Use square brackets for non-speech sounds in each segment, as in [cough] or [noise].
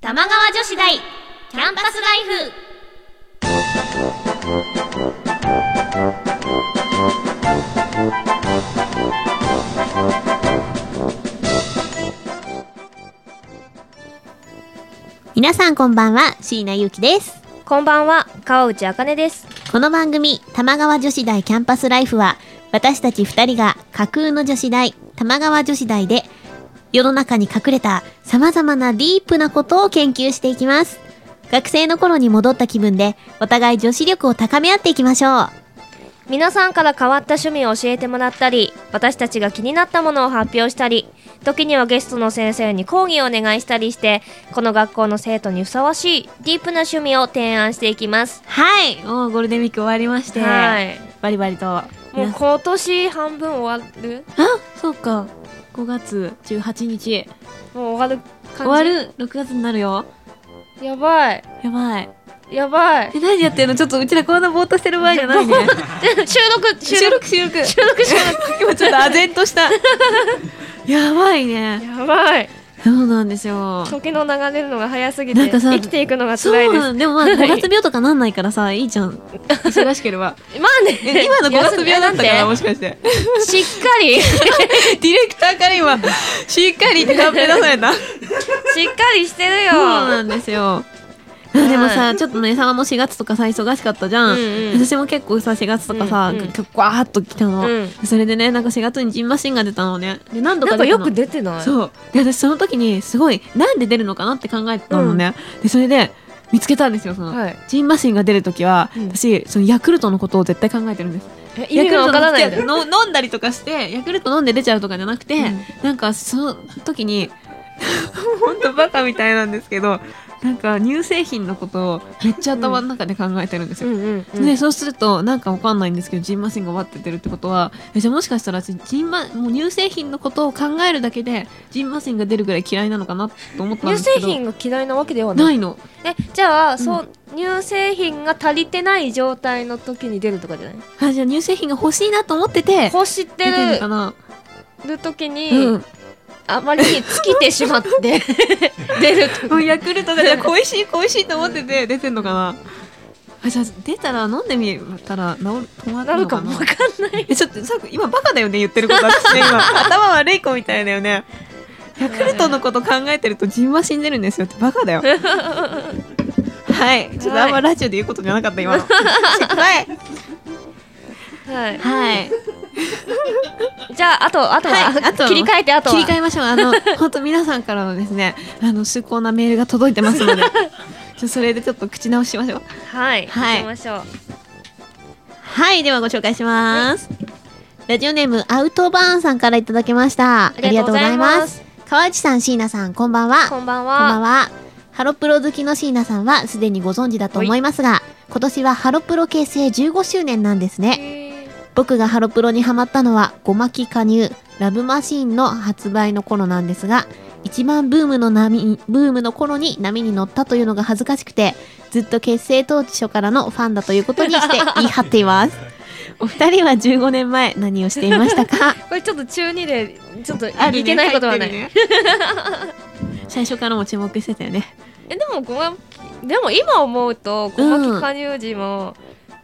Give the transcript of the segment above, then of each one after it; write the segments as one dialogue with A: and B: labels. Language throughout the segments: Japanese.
A: 玉川女子大キャンパスライフ皆さんこんばんは椎名ゆうきです
B: こんばんは、川内あかねです。
A: この番組玉川女子大キャンパスライフは私たち二人が架空の女子大玉川女子大で世の中に隠れた様々なディープなことを研究していきます学生の頃に戻った気分でお互い女子力を高め合っていきましょう
B: 皆さんから変わった趣味を教えてもらったり、私たちが気になったものを発表したり、時にはゲストの先生に講義をお願いしたりして、この学校の生徒にふさわしいディープな趣味を提案していきます。
A: はいもうゴールデンウィーク終わりまして、
B: はい。
A: バリバリと
B: もう今年半分終わる
A: そうか5月18日
B: もう終わる
A: 終
B: 感じ
A: わる6月になるよ
B: やばい。
A: やばい
B: やばい。
A: え何やってんのちょっとうちらこんなぼーっとしてる場合じゃないね
B: [laughs] 収録、 [laughs] 収
A: 収
B: 録、
A: 録収録
B: 収録、収
A: 今ちょっと唖然とした [laughs] やばいね
B: 録。やばい。
A: そうなんですよ
B: 時の流れるのが早すぎ
A: なん
B: て、
A: かさ
B: 生きていくのが
A: そう
B: 辛いです
A: な。んでもまあ
B: はい
A: 五月病とかなんないからさいいじゃん忙しければ
B: まあね、
A: え今の五月病だったからもし
B: 休
A: かして [laughs]
B: んしっかり。
A: ディレクターから今しっかりってカンペ出されたそう
B: しっかりしてるよ。
A: なんですよあでも
B: は
A: さちょっとねさまも4月とかさ忙しかったじゃん、
B: うんうん
A: 私も結構さ4月とかさ、
B: うんうん
A: 結構わーっと来たの、
B: うん
A: それでねなんか4月にジンマシンが出たのねで何度か
B: なんか
A: 出た
B: よ
A: の
B: く出てない。
A: そう。で、私その時に、すごい、なんで出るのかなって考えてたのね。で、それで、見つけたんですよ、その。
B: はい。
A: ジンマシンが出る時は、
B: うん
A: 私そのヤクルトのことを絶対考えてるんです
B: え意味がわからない
A: ヤ
B: んだ
A: クル
B: よ。
A: トのの飲んだりとかしてヤクルト飲んで出ちゃうとかじゃなくて、
B: うん
A: なんかその時に [laughs] ほんとバカみたいなんですけどなんか乳製品のことをめっちゃ頭の中で考えてるんですよ、
B: うんうんうん。
A: でそうするとなんかわかんないんですけどジンマシンがわって出るってことはえじゃあもしかしたら私ジンマもう乳製品のことを考えるだけでジンマシンが出るぐらい嫌いなのかなと思ったんで
B: 乳
A: すけ
B: 製
A: ど
B: 品が嫌いなわけではな。
A: ないいの
B: え、じゃあ、
A: ん
B: そう、乳製品が足りてない状態の時に出るとかじゃない
A: あじゃあ乳製品が欲しいなと思ってて
B: 欲して
A: 出てるのか
B: る
A: な、
B: る時
A: う
B: に
A: ん、
B: あまりに尽きてしまって
A: [laughs]
B: 出ると
A: も
B: か
A: う。ヤクルトがじゃあ恋しい恋しいと思ってて出てんのかなあじゃあ出たら飲んでみたら治る止ま
B: な
A: る
B: る
A: の
B: か
A: か
B: も
A: な
B: わかんない。
A: えちょっとさ今バカだよね言ってる
B: [laughs]
A: こと私ね今頭悪い子みたいだよねヤクルトのこと考えてるとジンマシン出るんですよってバカだよはいちょっとあんまラジオで言うことじゃなかった今の失敗
B: はい。
A: はい
B: じゃあ、あと、あとは、
A: はいあと
B: 切り替えて、あとは。
A: 切り替えましょうあの本当皆さんからのですねあの崇高なメールが届いてますの
B: [laughs]
A: でちょそれでちょっと口直ししましょう
B: はい。
A: はい
B: 行きましょう。
A: はい、ではご紹介します。ラジオネームアウトバーンさんからいただきました。ありがとうございます。川内さん、椎名さん、こんばんは。
B: こんばん
A: こんばん
B: は。
A: は。ハロプロ好きの椎名さんはすでにご存知だと思いますが、今年はハロプロ結成15周年なんですね。
B: え
A: 僕がハロプロにハマったのは、ごまき加入、ラブマシーンの発売の頃なんですが、一番ブームの波に、ブームの頃に波に乗ったというのが恥ずかしくて、ずっと結成当初からのファンだということに
B: [laughs]
A: して言い張っています。お二人は15年前何をしていました
B: [laughs]
A: か
B: ーこれちょっと中二で、ちょっといけないことはない。
A: [laughs] 最初からも注目してたよね。
B: えでもごまでも今思うと小牧加入時も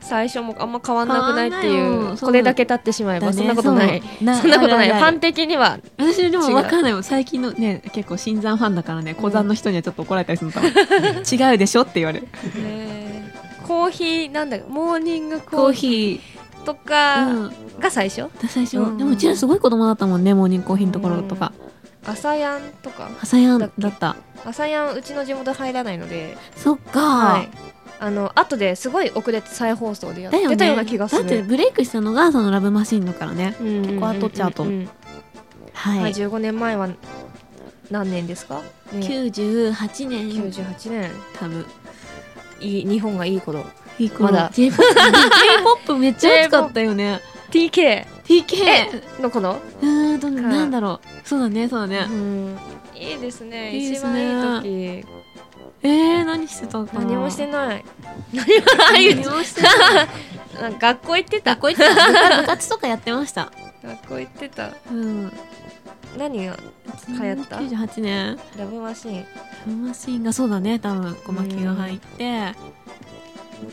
B: 最初もあんま変わんなくないって
A: 変わん
B: い
A: ないうよそう
B: これだけ経ってしまえばそんなことない、 [laughs] そ
A: そ
B: んなことないファン
A: ン
B: 的には
A: 私でも
B: 違う
A: わかんないもん最近のね結構新山ファンだからね古山の人にはちょっと怒られたりするの多分違うでしょって言われる
B: えーコーヒーなんだモーニングコ
A: コー
B: ーヒ
A: ヒ
B: ーと
A: ー、
B: か
A: ん、
B: が最初
A: 最初、
B: うん
A: でもうちらすごい子供だったもんねモーニングコーヒーのところとか、
B: 朝やんとか
A: 朝やんだった
B: 朝やんうちの地元入らないので
A: そっか、
B: はいあの後ですごい遅れて再放送でやっ
A: だよね
B: てたような気がす
A: だって
B: る
A: ブレイクしたのがそのラブマシーンだからね
B: 結
A: 構後っちゃ後はい、
B: はい、15年前は何年ですか、ね、
A: 98年
B: 98年
A: 多分
B: いい日本がいい頃
A: いい頃
B: まだ
A: j p o p めっちゃ熱かったよね
B: TK
A: TK
B: の頃、
A: うーんと
B: か
A: なんだろうそうだねそうだね、
B: うん、いいですね
A: いいで
B: 一
A: す
B: 番
A: ね
B: いい時
A: えー、何してたのかな
B: 何もしてない
A: 何
B: 何も
A: もしてない
B: [laughs] なんか学校行ってた
A: 学校行ってた部活部活とかやってました
B: 学校行ってた
A: うん
B: 何が
A: ですね
B: 流行った
A: 98年
B: ラブマシーン
A: ラブマシーンがそうだね多分小牧が入って、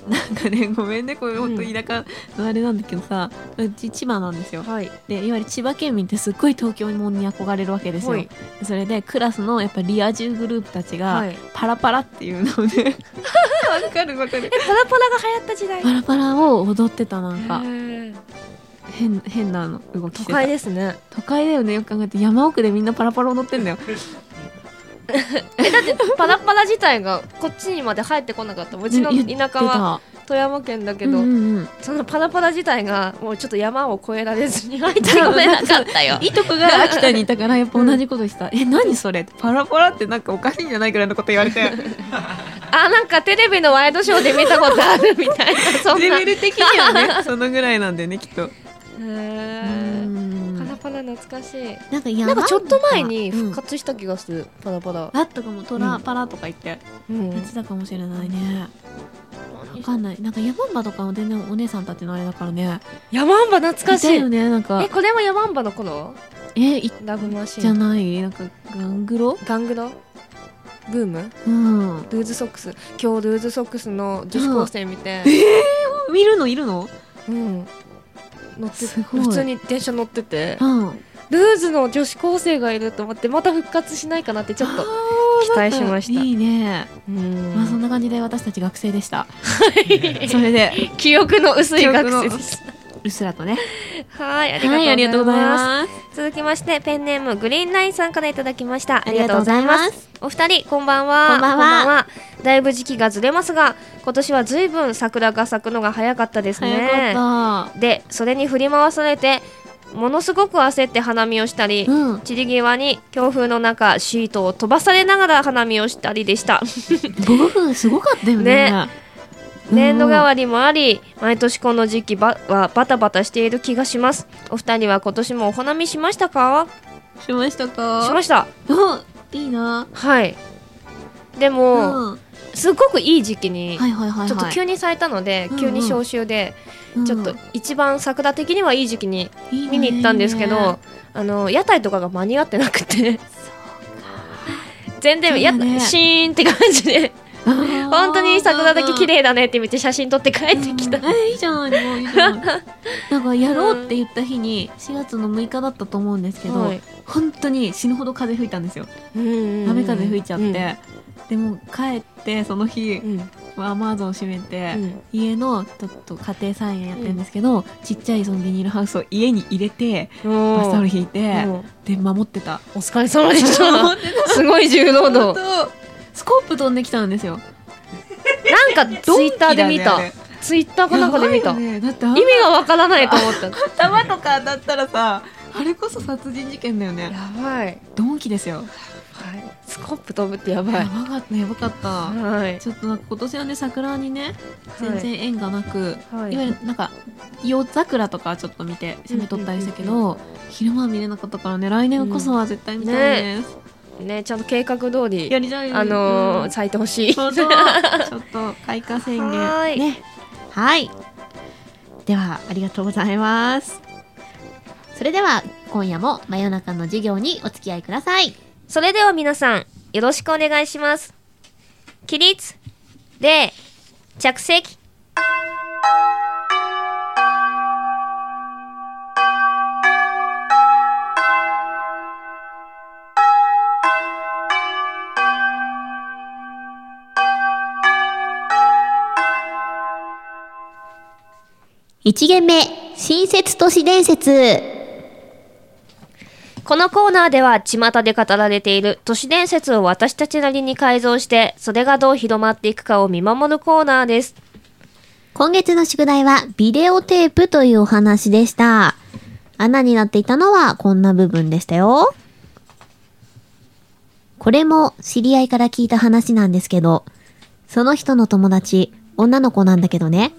A: なんかねごめんねこれ本当田舎のあれなんだけどさうち千葉なんですよ
B: はい
A: でいわゆる千葉県民ってすっごい東京もんに憧れるわけですよ、
B: はい
A: それでクラスのやっぱリア充グループたち
B: は
A: が
B: い
A: パラパラっていうのでわかるわかる
B: えパラパラが流行った時代
A: パラパラを踊ってたなんか
B: へー
A: 変変なの動きし
B: 都
A: てた
B: 会ですね
A: 都会だよねよく考えて山奥でみんなパラパラ踊ってんだよ
B: [laughs] パラパラ自体がこっちにまで入ってこなかったうちの田舎は富山県だけ
A: け
B: ど、
A: ど、うんうんう
B: [laughs]
A: ん
B: そのパラパラ自体がもうちょっと山を越えられずに入ってこれなかったよ
A: [laughs] いとこが秋田にいたからやっぱ同じことした、え何それパラパラってなんかおかしいんじゃないぐらいのこと言われ
B: [laughs]
A: て
B: [laughs] あなんかテレビのワイドショーで見たことあるみたいなそんな
A: レベル的には [laughs] ね [laughs] そのぐらいなんだよねきっと
B: へーパラパラ懐かしい
A: なんかや
B: なんかちょっと前に
A: う
B: 復
A: ん
B: 活した気がする、パラパラ、
A: あったかもトラパラとか言って
B: うん
A: やってたかもしれないねわかんないなんか山ンバとかも全然お姉さんたちのあれだからね
B: ヤマンバ懐かし
A: た
B: い
A: よねなんか
B: えこれもヤマンバの頃
A: えい
B: ラブマシ
A: じゃ
B: ーン
A: ないなんかガングロ
B: ガングロブーム
A: うん
B: ルーズソックス今日ルーズソックスの女子高生見て、
A: 見るのいるの
B: うん乗って
A: すごい
B: 普通に電車乗ってて
A: うん
B: ルーズの女子高生がいると思ってまた復活しないかなってちょっと期待しました
A: いいね
B: うん
A: まあそんな感じで私たち学生でしたそれで
B: 記憶の薄い学生
A: 記憶の
B: です
A: うっすらとね
B: [laughs] はい
A: はいあ
B: あ
A: り
B: り
A: が
B: が
A: とう
B: とう
A: ご
B: ご
A: ざい
B: ざいます
A: ます
B: 続きましてペンネームグリーンナインさんからいただきました
A: ありがとうございます
B: ありがとうございお二人こんばんは
A: こんばんは
B: だいぶ時期がずれますが今年はずいぶん桜が咲くのが早かったですね
A: 早かっ
B: でそれに振り回されてものすごく焦って花見をしたり、
A: たうん
B: 散り際に強風の中シートを飛ばされながら花見をしたりでした
A: 5分すごかったよね
B: ね年度替わりもあり毎年この時期ばはバタバタしている気がしますお二人は今年もお花見しましたか
A: りしましたか
B: しま
A: し
B: した
A: うんいいな
B: はいで
A: う
B: も、
A: ん
B: すっごくいい時期に、
A: はいはいはいはい
B: ちょっと急に咲いたので、
A: うんうん
B: 急に消臭で、
A: うん
B: ちょっと一番桜的にはいい時期に
A: いいね
B: 見に行ったんですけど、
A: いいね
B: あの屋台とかが間に合ってなくて全然、や
A: そうだね
B: シーンって感じで本当に桜だけ綺麗だねって見て写真撮って帰ってきた、
A: うんえいいじゃないもういいじ
B: [laughs]
A: ゃないなんかやろうって言った日に4月の6日だったと思うんですけど、
B: はい
A: 本当に死ぬほど風吹いたんですよ
B: うん
A: 雨風吹いちゃって、でも帰ってその日
B: う、んうん
A: アマゾン閉めて、
B: うん
A: 家のちょっと家庭菜園やってるんですけど、ちっちゃいそのビニールハウスを家に入れて
B: もう
A: バスタオル引いて、
B: もう
A: で守って
B: [laughs]
A: た
B: お疲れ様でした
A: [laughs]
B: すごい重労
A: 本
B: 働
A: 当スコープ飛んできたんですよ
B: なんかツイッターで見
A: ドンキだよ
B: た、
A: ね
B: ツイッターかなんかで見た、
A: やばいよねだって
B: 意味がわからないと思った
A: 頭とか当たったらさあれこそ殺人事件だよね
B: やばい、
A: ドンキですよ
B: はい、スコップ飛ぶってやば
A: や
B: い
A: ばかったやばかった
B: はい
A: ちょっとなんか今年はね桜にね全
B: はい
A: 然縁がなく、、
B: はい
A: わゆるなんか夜桜とかちょっと見て攻めとったりしたけど、
B: うんう
A: 昼間は見れなかったからね来年こそは絶対見たいです、
B: ねちゃんと計画通り
A: やりたい
B: あのー、咲いてほしい。
A: 本当
B: [laughs]
A: ちょっと開花宣言
B: はーい
A: ねはいではありがとうございますそれでは今夜も真夜中の授業にお付き合いください
B: それでは皆さん、よろしくお願いします。起立、礼、着席。
A: 1限目新設都市伝説
B: このコーナーでは、巷で語られている都市伝説を私たちなりに改造して、それがどう広まっていくかを見守るコーナーです。
A: 今月の宿題はビデオテープというお話でした穴になっていたのはこんな部分でしたよこれも知り合いから聞いた話なんですけどその人の友達女の子なんだけどね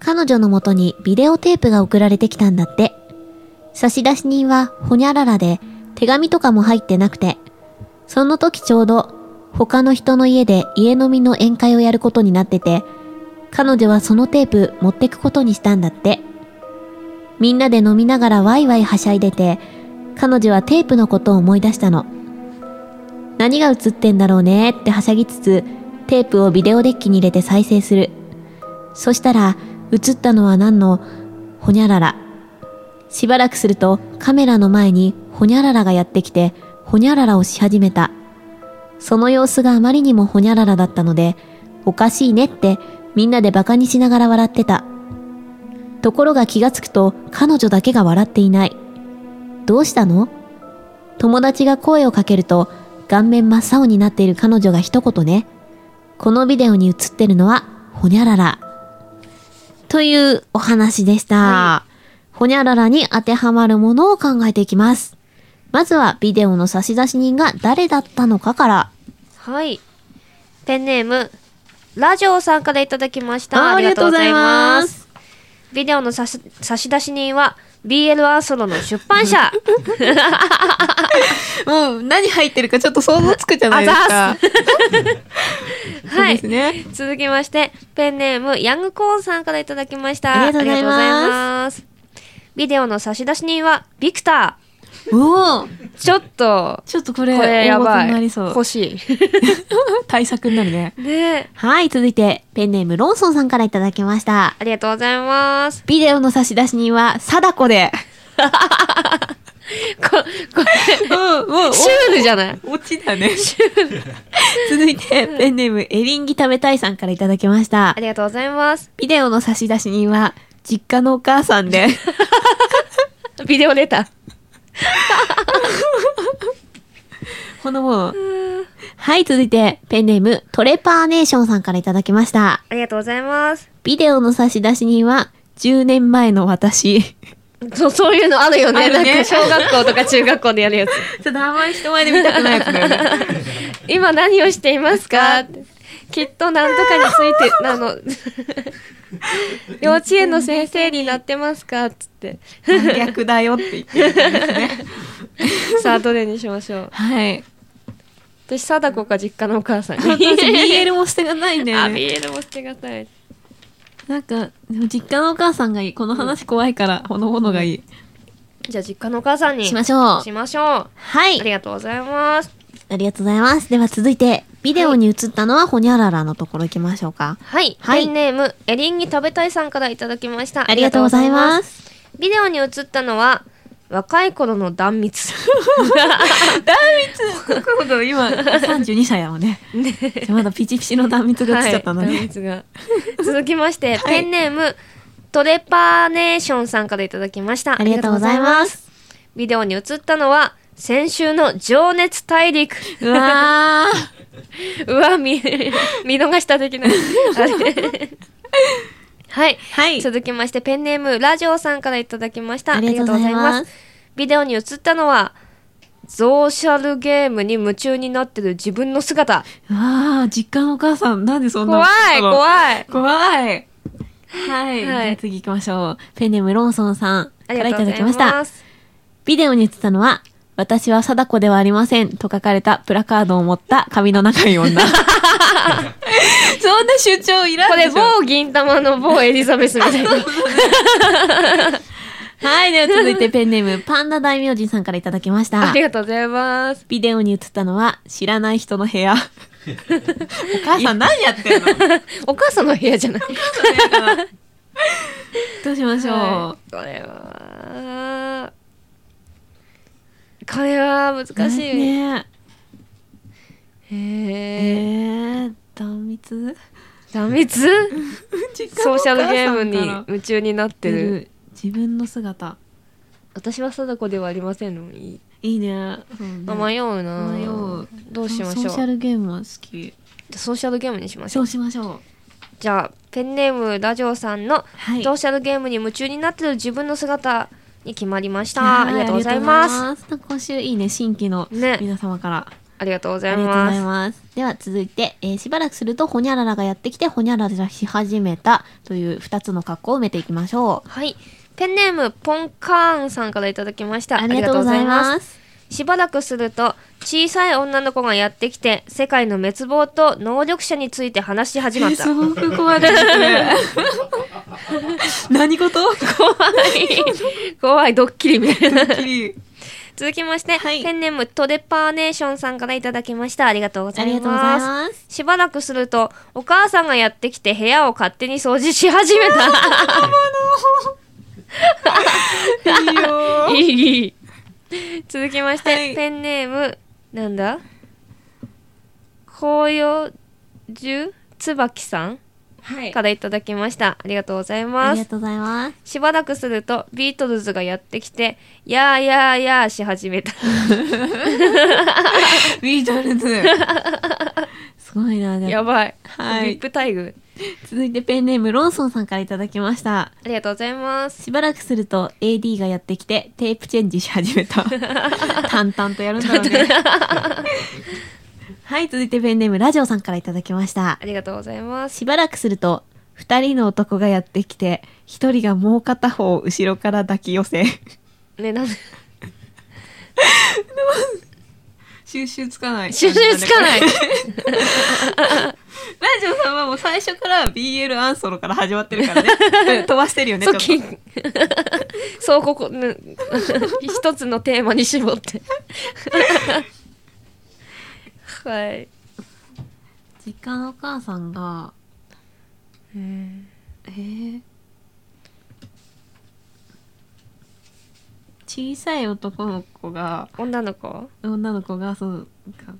A: 彼女の元にビデオテープが送られてきたんだって差出人はほにゃららで手紙とかも入ってなくてその時ちょうど他の人の家で家飲みの宴会をやることになってて彼女はそのテープ持ってくことにしたんだって。みんなで飲みながらワイワイはしゃいでて、彼女はテープのことを思い出したの。何が映ってんだろうねってはしゃぎつつ、テープをビデオデッキに入れて再生する。そしたら、映ったのは何の、ほにゃらら。しばらくすると、カメラの前にほにゃららがやってきて、ほにゃららをし始めた。その様子があまりにもほにゃららだったので、おかしいねってみんなで馬鹿にしながら笑ってた。ところが気がつくと彼女だけが笑っていない。どうしたの友達が声をかけると顔面真っ青になっている彼女が一言ね。このビデオに映ってるのはほにゃらら。というお話でした。
B: は
A: ほにゃららに当てはまるものを考えていきます。まずはビデオの差出人が誰だったのかから。
B: はい。ペンネーム、ラジオさんからいただきました。
A: あー
B: ありがとうござい
A: ありがとうござい
B: ま。
A: ます
B: ビデオの差し差出人は、BL アーソロの出版社。
A: [laughs] もう何入ってるかちょっと想像つくじゃないですか。そう
B: は
A: で
B: い
A: す。ね。
B: 続きまして、ペンネーム、ヤングコーンさんからいただきました。
A: ありがとうございます
B: ありがとうございます。ビデオの差出人は、ビクタ
A: おお、
B: ー。ちょっと、
A: ちょっとこ
B: こ
A: れ、
B: れやば。
A: 大事にないりそう
B: 欲。し
A: [laughs] 対策になるね。
B: い。ねえ
A: はい、続いて、ペンネームロンソンさんからいただきました。
B: ありがとうございます。
A: ビデオの差出人は、貞子で。
B: こ、これ、
A: うん、う
B: シュールじゃない
A: 落ちだね。続いて、ペンネーム、エリンギ食べたいさんからいただきました
B: あ。りがとうございます。
A: ビデオの差出人は、実家のお母さんで。
B: ビデオレター。
A: このもう。はい、続いて、ペンネーム、トレパーネーションさんからいただきました。
B: ありがとうございます。
A: ビデオの差出人は、10年前の [laughs] 私。
B: そう、そういうのあるよね。
A: あるね
B: なんか小学校とか中学校でやるやつ。
A: ちょっとあんまり人前で見たくないやつだよね。
B: [laughs]
A: [laughs]
B: 今何をしていますかってきっと何とかについ
A: [laughs]
B: て、あの、幼稚園の先生になってますかつって。
A: 逆だよって言ってるんですね。
B: さあ、どれにしましょう。
A: はい。
B: 私、貞子か実家のお母さんに。
A: BL も捨てがないんだ [laughs]
B: あ、
A: よね。
B: BL もしてください。
A: なんか、でも実家のお母さんがいい。この話怖いから、ほのぼのがいい。
B: じゃあ、実家のお母さんに。
A: しましょう
B: しましょう。
A: は
B: あり
A: い。
B: がとうございます。
A: ありがとうございます。では続いて、ビデオに映ったのはほにゃららのところ行きましょうか。
B: はい、
A: はい
B: ペンネームエリンギ食べたいさんからいただきました
A: ありがとうござい
B: ありがとうござい
A: ま
B: ます
A: す。
B: ビデオに映ったのは若い頃の断
A: [laughs]
B: 蜜
A: ほど今、32歳やもんね。まだピチピチの断蜜が映っちゃったの
B: はい
A: ね
B: 断。蜜が続きまして、
A: はい
B: ペンネームトレパーネーションさんからいただきました
A: ありがとうござい
B: ありがとうございま
A: ますす。
B: ビデオに映ったのは先週の情熱大陸
A: うわー。
B: [laughs] うわ見見逃した的
A: [laughs]
B: なあれはい
A: はい
B: 続きましてペンネームラジオさんからいただきました
A: ありがとうござい
B: ありがとう
A: ま
B: ござい
A: す。
B: ビデオに映ったのはソーシャルゲームに夢中になってる自分の姿
A: うわー、実家のお母さん、なんでそんな
B: 怖い
A: い。
B: 怖い
A: 怖い。はい。
B: はい
A: じゃあ次行きましょう。ペンネームロンソンさん
B: あ
A: か
B: りが
A: らい
B: と
A: ただ
B: うござ
A: き
B: い
A: ました
B: ま。す
A: ビデオに映ったのは、私は貞子ではありませんと書かれたプラカードを持った髪の長い
B: [laughs]
A: 女。そんな主張いら
B: こ
A: んで
B: れ
A: しょ。れ
B: 某銀玉の某エリザベスみたいな
A: はい、では続いてペンネーム、パンダ大名人さんからいただきまし
B: [laughs] あ
A: た
B: り。がとうございます
A: ビデオに映ったのは、知らない人の部
B: [laughs]
A: 屋。お母さん何やってんの
B: お母さんの部屋じゃない
A: どうしましょう。
B: はいこれはこれは難しい、
A: ねえ
B: へえ
A: ー、断密
B: 断蜜 [laughs] ソーシャルゲームに夢中になってる
A: 自分の姿。
B: 私は貞子ではありませんのいい
A: いいね。うん
B: あ迷うな
A: 迷う
B: どうしましょう
A: ソーシャルゲームは好き。
B: ソーシャルゲームにしましょ
A: そううしましょう。
B: じゃあペンネームラジオさんの
A: はい
B: ソーシャルゲームに夢中になってる自分の姿に決まりました、
A: は
B: ありがとうございます
A: ありがとうございますなんか今週いいね、新規の
B: ね
A: 皆様から。
B: ありがとうござ
A: あ
B: い
A: りがとうござい
B: ま
A: ま
B: す
A: す。では続いて、えーしばらくすると、ほにゃららがやってきて、ほにゃららし始めたという二つの格好を埋めていきましょう。
B: はいペンネームポンカーンさんからいただきました
A: ありがとうござい
B: ありがとうございま
A: ますす。
B: しばらくすると小さい女の子がやってきて世界の滅亡と能力者について話し始まっ
A: [laughs]
B: た [laughs]
A: すごく怖いですね。何事
B: 怖い怖いドッキリみたいな
A: り。
B: 続きまして、
A: はい
B: ペンネームトデパーネーションさんからいただきましたありがとうござ
A: あ
B: い
A: りがとうござ
B: ま
A: い
B: す
A: ます。
B: しばらくするとお母さんがやってきて部屋を勝手に掃除し始
A: [laughs]
B: めた
A: いいよ
B: いいいい続きまして、
A: はい
B: ペンネームなんだ紅葉樹椿さん
A: はい。
B: からいただきましたありがとうござい
A: あ
B: ま
A: り
B: す
A: がとうございます。
B: しばらくするとビートルズがやってきてやーやーやーし始めた
A: ビートルズ。すごいな、でも
B: やばい、
A: はい
B: ビップ待遇
A: 続いてペンネームロンソンさんからいただきました。
B: ありがとうございます
A: しばらくすると AD がやってきてテープチェンジし始め [laughs] た。淡々とやるんだろうね。はい、続いてペンネームラジオさんからいただきました
B: [laughs] あ。りがとうございます
A: しばらくすると二人の男がやってきて一人がもう片方を後ろから抱き寄せ。
B: ねなんで
A: 収集つかない。
B: 収集つかない
A: [laughs] ラジオさんはもう最初から BL アンソロから始まってるから [laughs] ね。飛ばしてるよね、ちょ
B: そ
A: っ
B: う
A: と。
B: きそうここ、ね、一つのテーマに絞って
A: [laughs]
B: はい、
A: 実家のお母さんが、えー小さい男の子が
B: 女の子
A: 女の子がそうなんか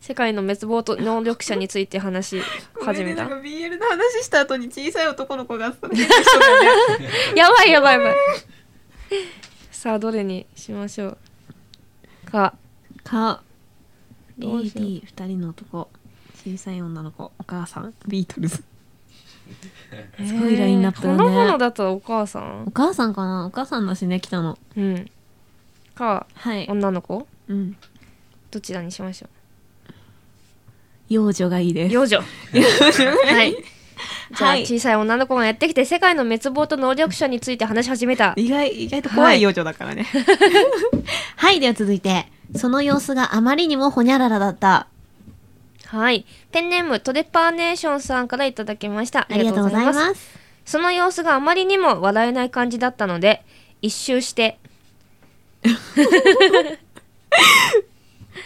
B: 世界の滅亡と能力者について話し始めた、
A: ごんねなんか BL の話した後に小さい男の子が [laughs] その変な人がね
B: [laughs] やばいやばいやばいさあどれにしましょうか
A: か
B: どうしよう
A: AD2 人の男小さい女の子お母さんビートルズすごいラインナップだね
B: えーほのぼのだとお母さ
A: お
B: ん
A: 母さんかなお母さんだしね来たの
B: うんか
A: はい、
B: 女の子
A: うん、
B: どちらにしましょ
A: 幼女がいいで
B: う
A: す
B: 幼
A: [laughs]
B: 女はい。じゃあ、
A: はい
B: 小さい女の子がやってきて、世界の滅亡と能力者について話し始めた。
A: 意外、意外と怖い幼女だからね。 [laughs] はい、では続いて。その様子があまりにもほにゃららだった。
B: はい。ペンネーム、トレパーネーションさんからいただきました。
A: ありがとうございます。
B: その様子があまりにも笑えない感じだったので、一周して、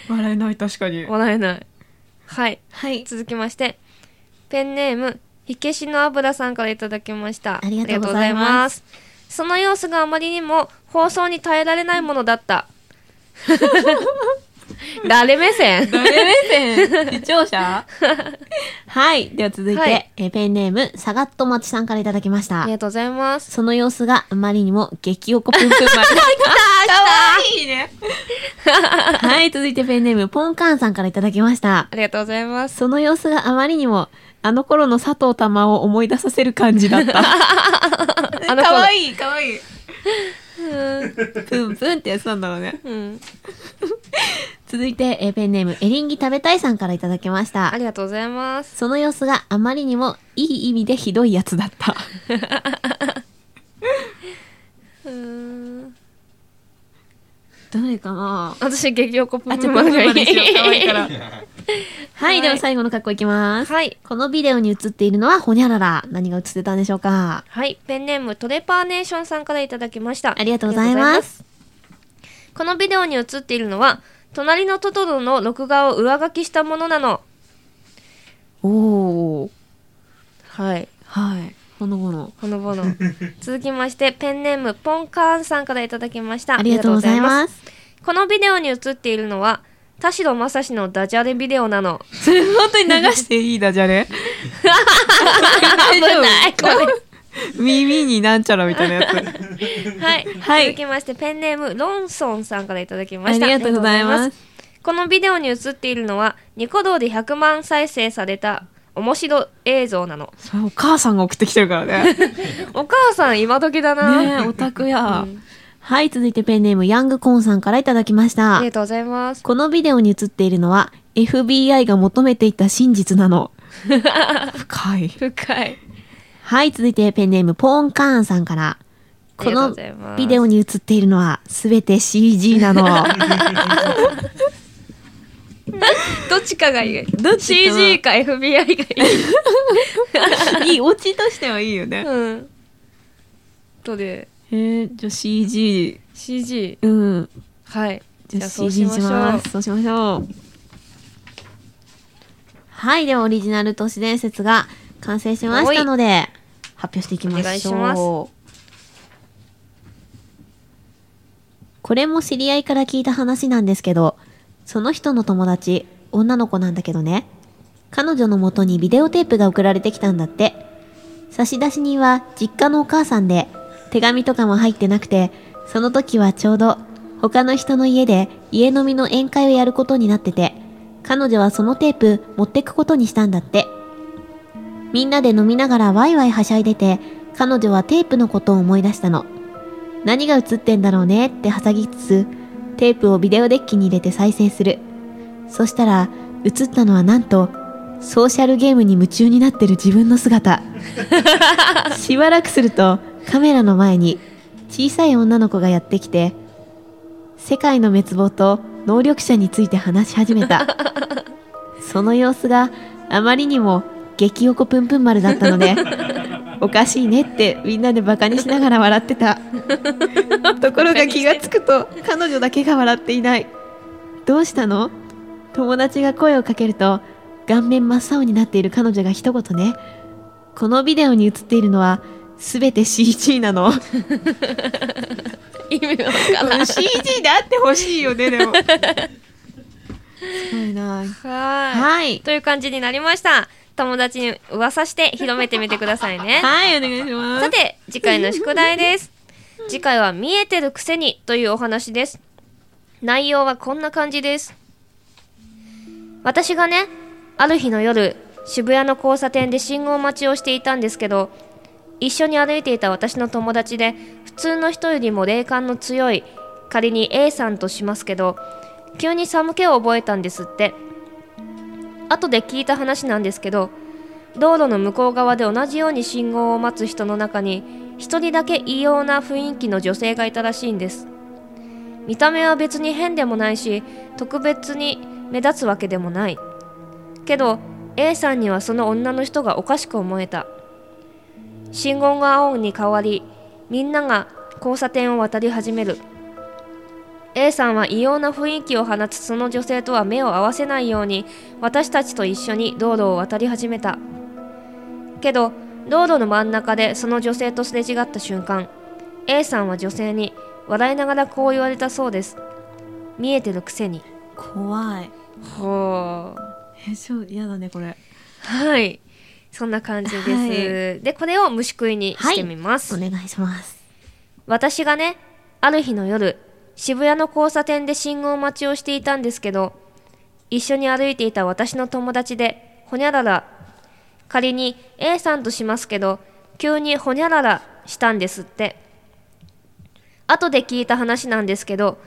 A: 笑えない、確かに。
B: 笑えない。はい。
A: はい。
B: 続きまして、ペンネーム、火消しの油さんからいただきました。。
A: ありがとうございます
B: その様子があまりにも放送に耐えられないもの
A: [laughs]
B: だった。誰目線
A: 誰目線視聴者 [laughs] はい。では続いて、
B: はい
A: えーペンネーム、サガットマチさんからいただきまし
B: あ
A: た
B: り。がとうございます。
A: その様子があまりにも激おこぷんぷん丸。かわいいね。 [laughs] はい。続いてペンネーム、ポンカンさんからいただきました。
B: ありがとうございます。
A: その様子があまりにも、あの頃の佐藤玉を思い出させる感じだ [laughs] った。
B: あの子
A: わいい、かわ [laughs] いい。プンプンってやつなんだろうね。
B: うん。
A: 続いて、えーペンネーム、エリンギ食べたいさんからいただきまし
B: あ
A: た。
B: りがとうございます。
A: その様子があまりにも、いい意味でひどいやつだった。
B: うん。
A: [laughs] どれかな
B: 私、激おこぷん
A: あ、
B: ぷ
A: ちょ
B: ん
A: っと
B: 丸
A: プン
B: が
A: プンに
B: い
A: しよう可愛い
B: い。
A: [laughs] から。はい、では最後の格好いきます。
B: はい。
A: このビデオに映っているのは、ほにゃらら。何が映ってたんでしょうか
B: はい。ペンネーム、トレパーネーションさんからいただきました。
A: ありがとうございま
B: ありがとうございます。このビデオに映っているのは、隣のトトロの録画を上書きしたものなの。
A: おー。
B: はい。
A: はい。ほのぼの。
B: ほのぼの。 [laughs] 続きまして、ペンネーム、ポンカーンさんからいただきました。
A: ありがとうござい
B: ありがとうございま。
A: ますす。
B: このビデオに映っているのは、田代正史のダジャレビデオなの。
A: それ本当に流していいダジャ [laughs] レ [laughs]
B: 危ない。ごめん
A: 耳になんちゃらみたいなやつ。
B: はい、
A: はい
B: 続きましてペンネームロンソンさんからいただきま
A: あ
B: し
A: り
B: た
A: がとうござい
B: あ
A: ま。
B: りがとうございますこのビデオに映っているのはニコ動で100万再生された面白映像なの
A: それお母さんが送ってきてるからね。ね
B: お母さん今時だな、
A: え、オタクや
B: うん。
A: [laughs] はい、続いてペンネーム、ヤングコーンさんからいただきまし
B: あ
A: た
B: り。がとうございます
A: このビデオに映っているのは、FBI が求めていた真実なの。 [laughs] 深い。
B: 深い
A: はい、続いてペンネーム、ポーンカーンさんから。
B: あ
A: こ
B: りがとう
A: の
B: ございます
A: ビデオに映っているのは、すべて CG なの。
B: どっちかがいい
A: どっちか
B: CG か FBI がいい、
A: [laughs] いい、オチとしてはいいよね。
B: うん、どれ
A: えー、じゃあ CG、
B: CG
A: うん。
B: はい
A: じゃ
B: じ
A: あ
B: ゃあ
A: そ
B: そうう
A: し
B: し
A: まし
B: まし
A: ょ
B: ょ
A: う
B: う
A: そうしましょうはいではオリジナル都市伝説が完成しましたので発表していきましょう
B: お願いします
A: これも知り合いから聞いた話なんですけどその人の友達女の子なんだけどね彼女の元にビデオテープが送られてきたんだって差出人は実家のお母さんで手紙とかも入ってなくてその時はちょうど他の人の家で家飲みの宴会をやることになってて彼女はそのテープ持ってくことにしたんだってみんなで飲みながらワイワイはしゃいでて彼女はテープのことを思い出したの何が映ってんだろうねってはさぎつつテープをビデオデッキに入れて再生するそしたら映ったのはなんとソーシャルゲームに夢中になってる自分の姿しばらくするとカメラの前に小さい女の子がやってきて世界の滅亡と能力者について話し始めたその様子があまりにも激おこぷんぷん丸だったのでおかしいねってみんなでバカにしながら笑ってたところが気がつくと彼女だけが笑っていないどうしたの友達が声をかけると顔面真っ青になっている彼女が一言ねこのビデオに映っているのは全て CG なの
B: 意味わかんない
A: CG であってほしいよねでもすごいな
B: は
A: はい
B: いという感じになりました友達に噂して広めてみてくださいね
A: はいお願いします
B: さて次回の宿題です次回は見えてるくせにというお話です内容はこんな感じです私がねある日の夜渋谷の交差点で信号待ちをしていたんですけど一緒に歩いていた私の友達で普通の人よりも霊感の強い仮に A さんとしますけど急に寒気を覚えたんですって後で聞いた話なんですけど道路の向こう側で同じように信号を待つ人の中に一人だけ異様な雰囲気の女性がいたらしいんです見た目は別に変でもないし特別に目立つわけでもないけど A さんにはその女の人がおかしく思えた信号が青に変わりみんなが交差点を渡り始める A さんは異様な雰囲気を放つその女性とは目を合わせないように私たちと一緒に道路を渡り始めたけど道路の真ん中でその女性とすれ違った瞬間 A さんは女性に笑いながらこう言われたそうです見えてるくせに
A: 怖い
B: ほう
A: えそう嫌だねこれ
B: はいそんな感じです、
A: は
B: でこれを虫食いにしてみます、
A: お願いします
B: 私がねある日の夜渋谷の交差点で信号待ちをしていたんですけど一緒に歩いていた私の友達でほにゃらら仮に A さんとしますけど急にほにゃららしたんですって後で聞いた話なんですけど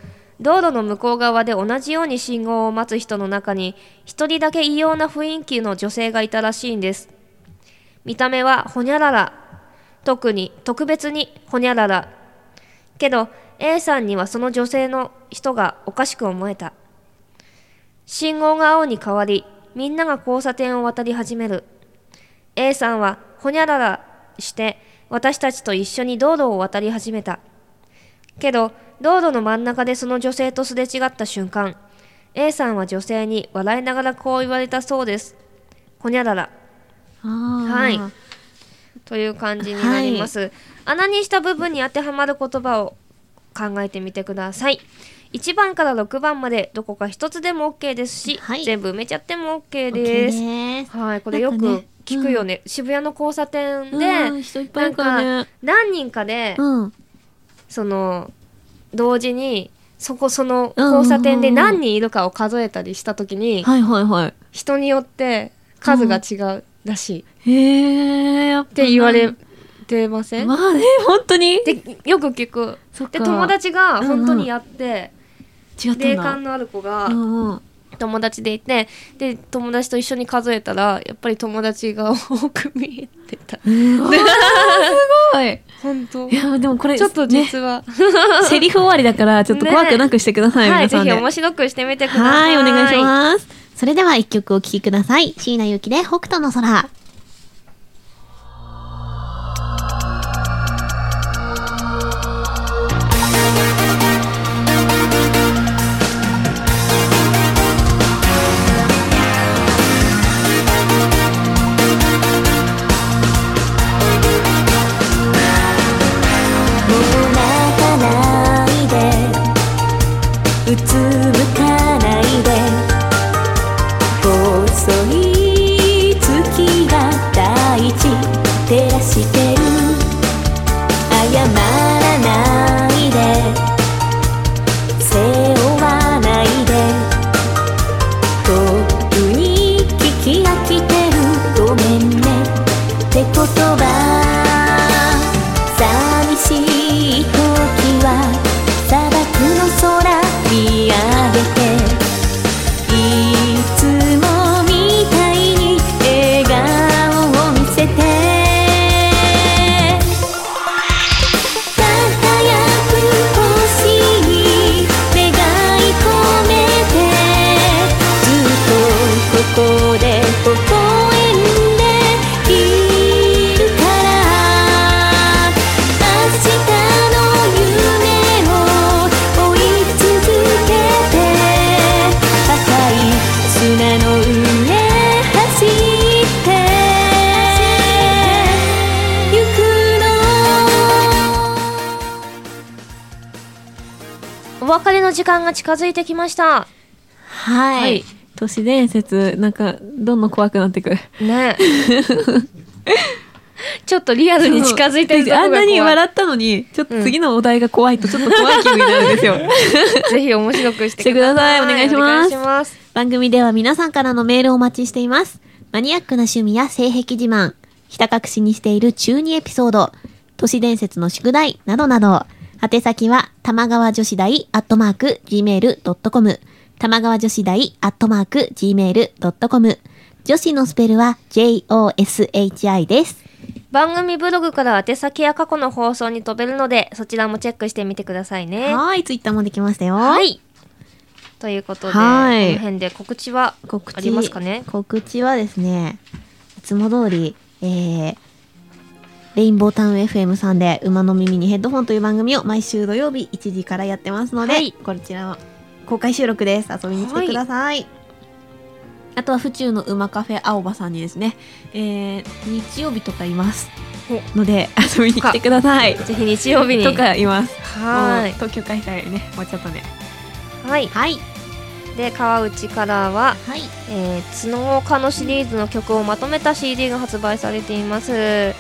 B: 道路の向こう側で同じように信号を待つ人の中に一人だけ異様な雰囲気の女性がいたらしいんです見た目はほにゃらら特に特別にほにゃららけど A さんにはその女性の人がおかしく思えた信号が青に変わりみんなが交差点を渡り始める A さんはほにゃららして私たちと一緒に道路を渡り始めたけど道路の真ん中でその女性とすれ違った瞬間 A さんは女性に笑いながらこう言われたそうですほにゃらら
A: あ
B: はいという感じになります、穴にした部分に当てはまる言葉を考えてみてください1番から6番までどこか一つでも OK ですし、
A: はい
B: 全部埋めちゃっても OK
A: で
B: ですすはいこれよ
A: なんか
B: く
A: ね
B: 聞くよね渋谷の交差点で、
A: うん人いっぱいいるからね
B: 何人かで、
A: うん
B: その同時にそこその交差点で何人いるかを数えたりした時に、
A: はいはいはい
B: 人によって数が違うらしいっ
A: へえやっぱ
B: て言われてません、
A: まあね本当に
B: でよく聞く
A: そっか
B: で友達が本当にやって、
A: 違ったんだ
B: 霊感のある子が
A: うんうん
B: 友達でいてで友達と一緒に数えたらやっぱり友達が多く見えてた
A: うわーすごい
B: 本当
A: いやでもこれ
B: ちょっと [laughs]
A: ね
B: 実は、
A: セリフ終わりだからちょっと怖くなくしてください、
B: はい
A: 皆
B: ぜ
A: さん
B: ひ
A: ね
B: 面白くしてみてくだ
A: は
B: さ
A: ー
B: い
A: いお願いしますそれでは一曲お聴きください椎名ゆきで北斗の空
C: 「
B: 時間が近づいてきまし
A: は
B: た。
A: い、
B: はい
A: 都市伝説なんかどんどん怖くなってくる [laughs]
B: ねちょっとリアルに近づいてるところが怖い。
A: あんなに笑ったのにちょっと次のお題が怖いとちょっと怖い気分になるんですよ、
B: ぜひ面白くして
A: してくださいお願いします
B: お願いします。
A: 番組では皆さんからのメールをお待ちしています。マニアックな趣味や性癖自慢、ひた隠しにしている中二エピソード、都市伝説の宿題などなど、宛先は玉川女子大アットマーク gmail.com、玉川女子大アットマーク gmail.com、女子のスペルは joshi です。
B: 番組ブログから宛先や過去の放送に飛べるので、そちらもチェックしてみてくださいね。
A: はーい、ツイッターもできましたよ。
B: はい。ということで、こ
A: はい
B: の辺で告知は
A: 告知
B: ありますかね。
A: 告知はですねいつも通り、えーレインボータウン FM さんで「馬の耳にヘッドホン」という番組を毎週土曜日1時からやってますので、
B: はい
A: こちらは公開収録です遊びに来てください、あとは府中の馬カフェ青葉さんにですね、えー日曜日とかいますので遊びに来てください
B: ぜひ日曜日に。
A: とかいます
B: は
A: もう
B: い。
A: 東京開催ねもうちょっとね
B: はい。
A: はい
B: で、川内からは、
A: はい
B: えー、角岡のシリーズの曲をまとめた CD が発売されています。え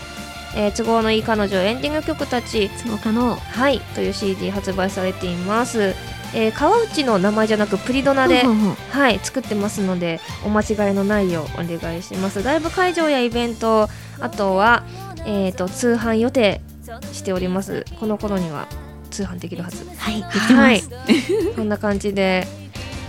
B: ー都合のいい彼女エンディング曲たち、
A: その他の
B: はい、という CD 発売されています。えー、川内の名前じゃなくプリドナで
A: ふ、んふんふん
B: はい、作ってますので、お間違いのないようお願いします。ライブ会場やイベント、あとは、えっ、と、通販予定しております。この頃には通販できるはず。
A: はいできます、
B: はい、こんな感じで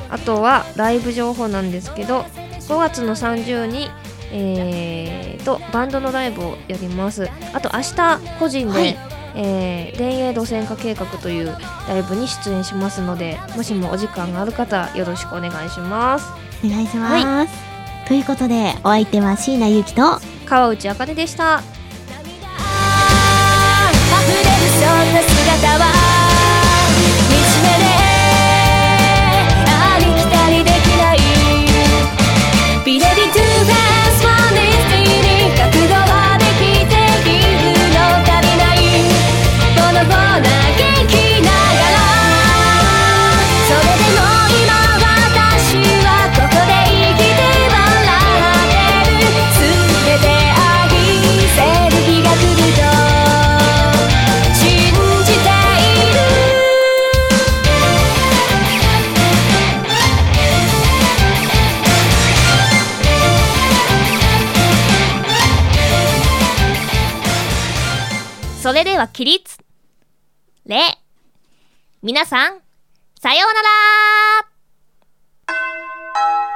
B: あとはライブ情報なんですけど5月の30にえー、とバンドのライブをやりますあと明日個人で、
A: はい
B: えー、田園路線化計画というライブに出演しますのでもしもお時間がある方よろしくお願いします
A: お願いします、ということでお相手は椎名ゆきと
B: 川内あかねでした
C: 溢れるそんな姿は惨めでありきたりできないビレビトゥーフェスワンディスティに覚悟はできているの足りないボロボロ元気ながらそれでも今私はここで生きて笑ってる全て愛せる日が来ると信じている
B: それでは起立礼皆さんさようなら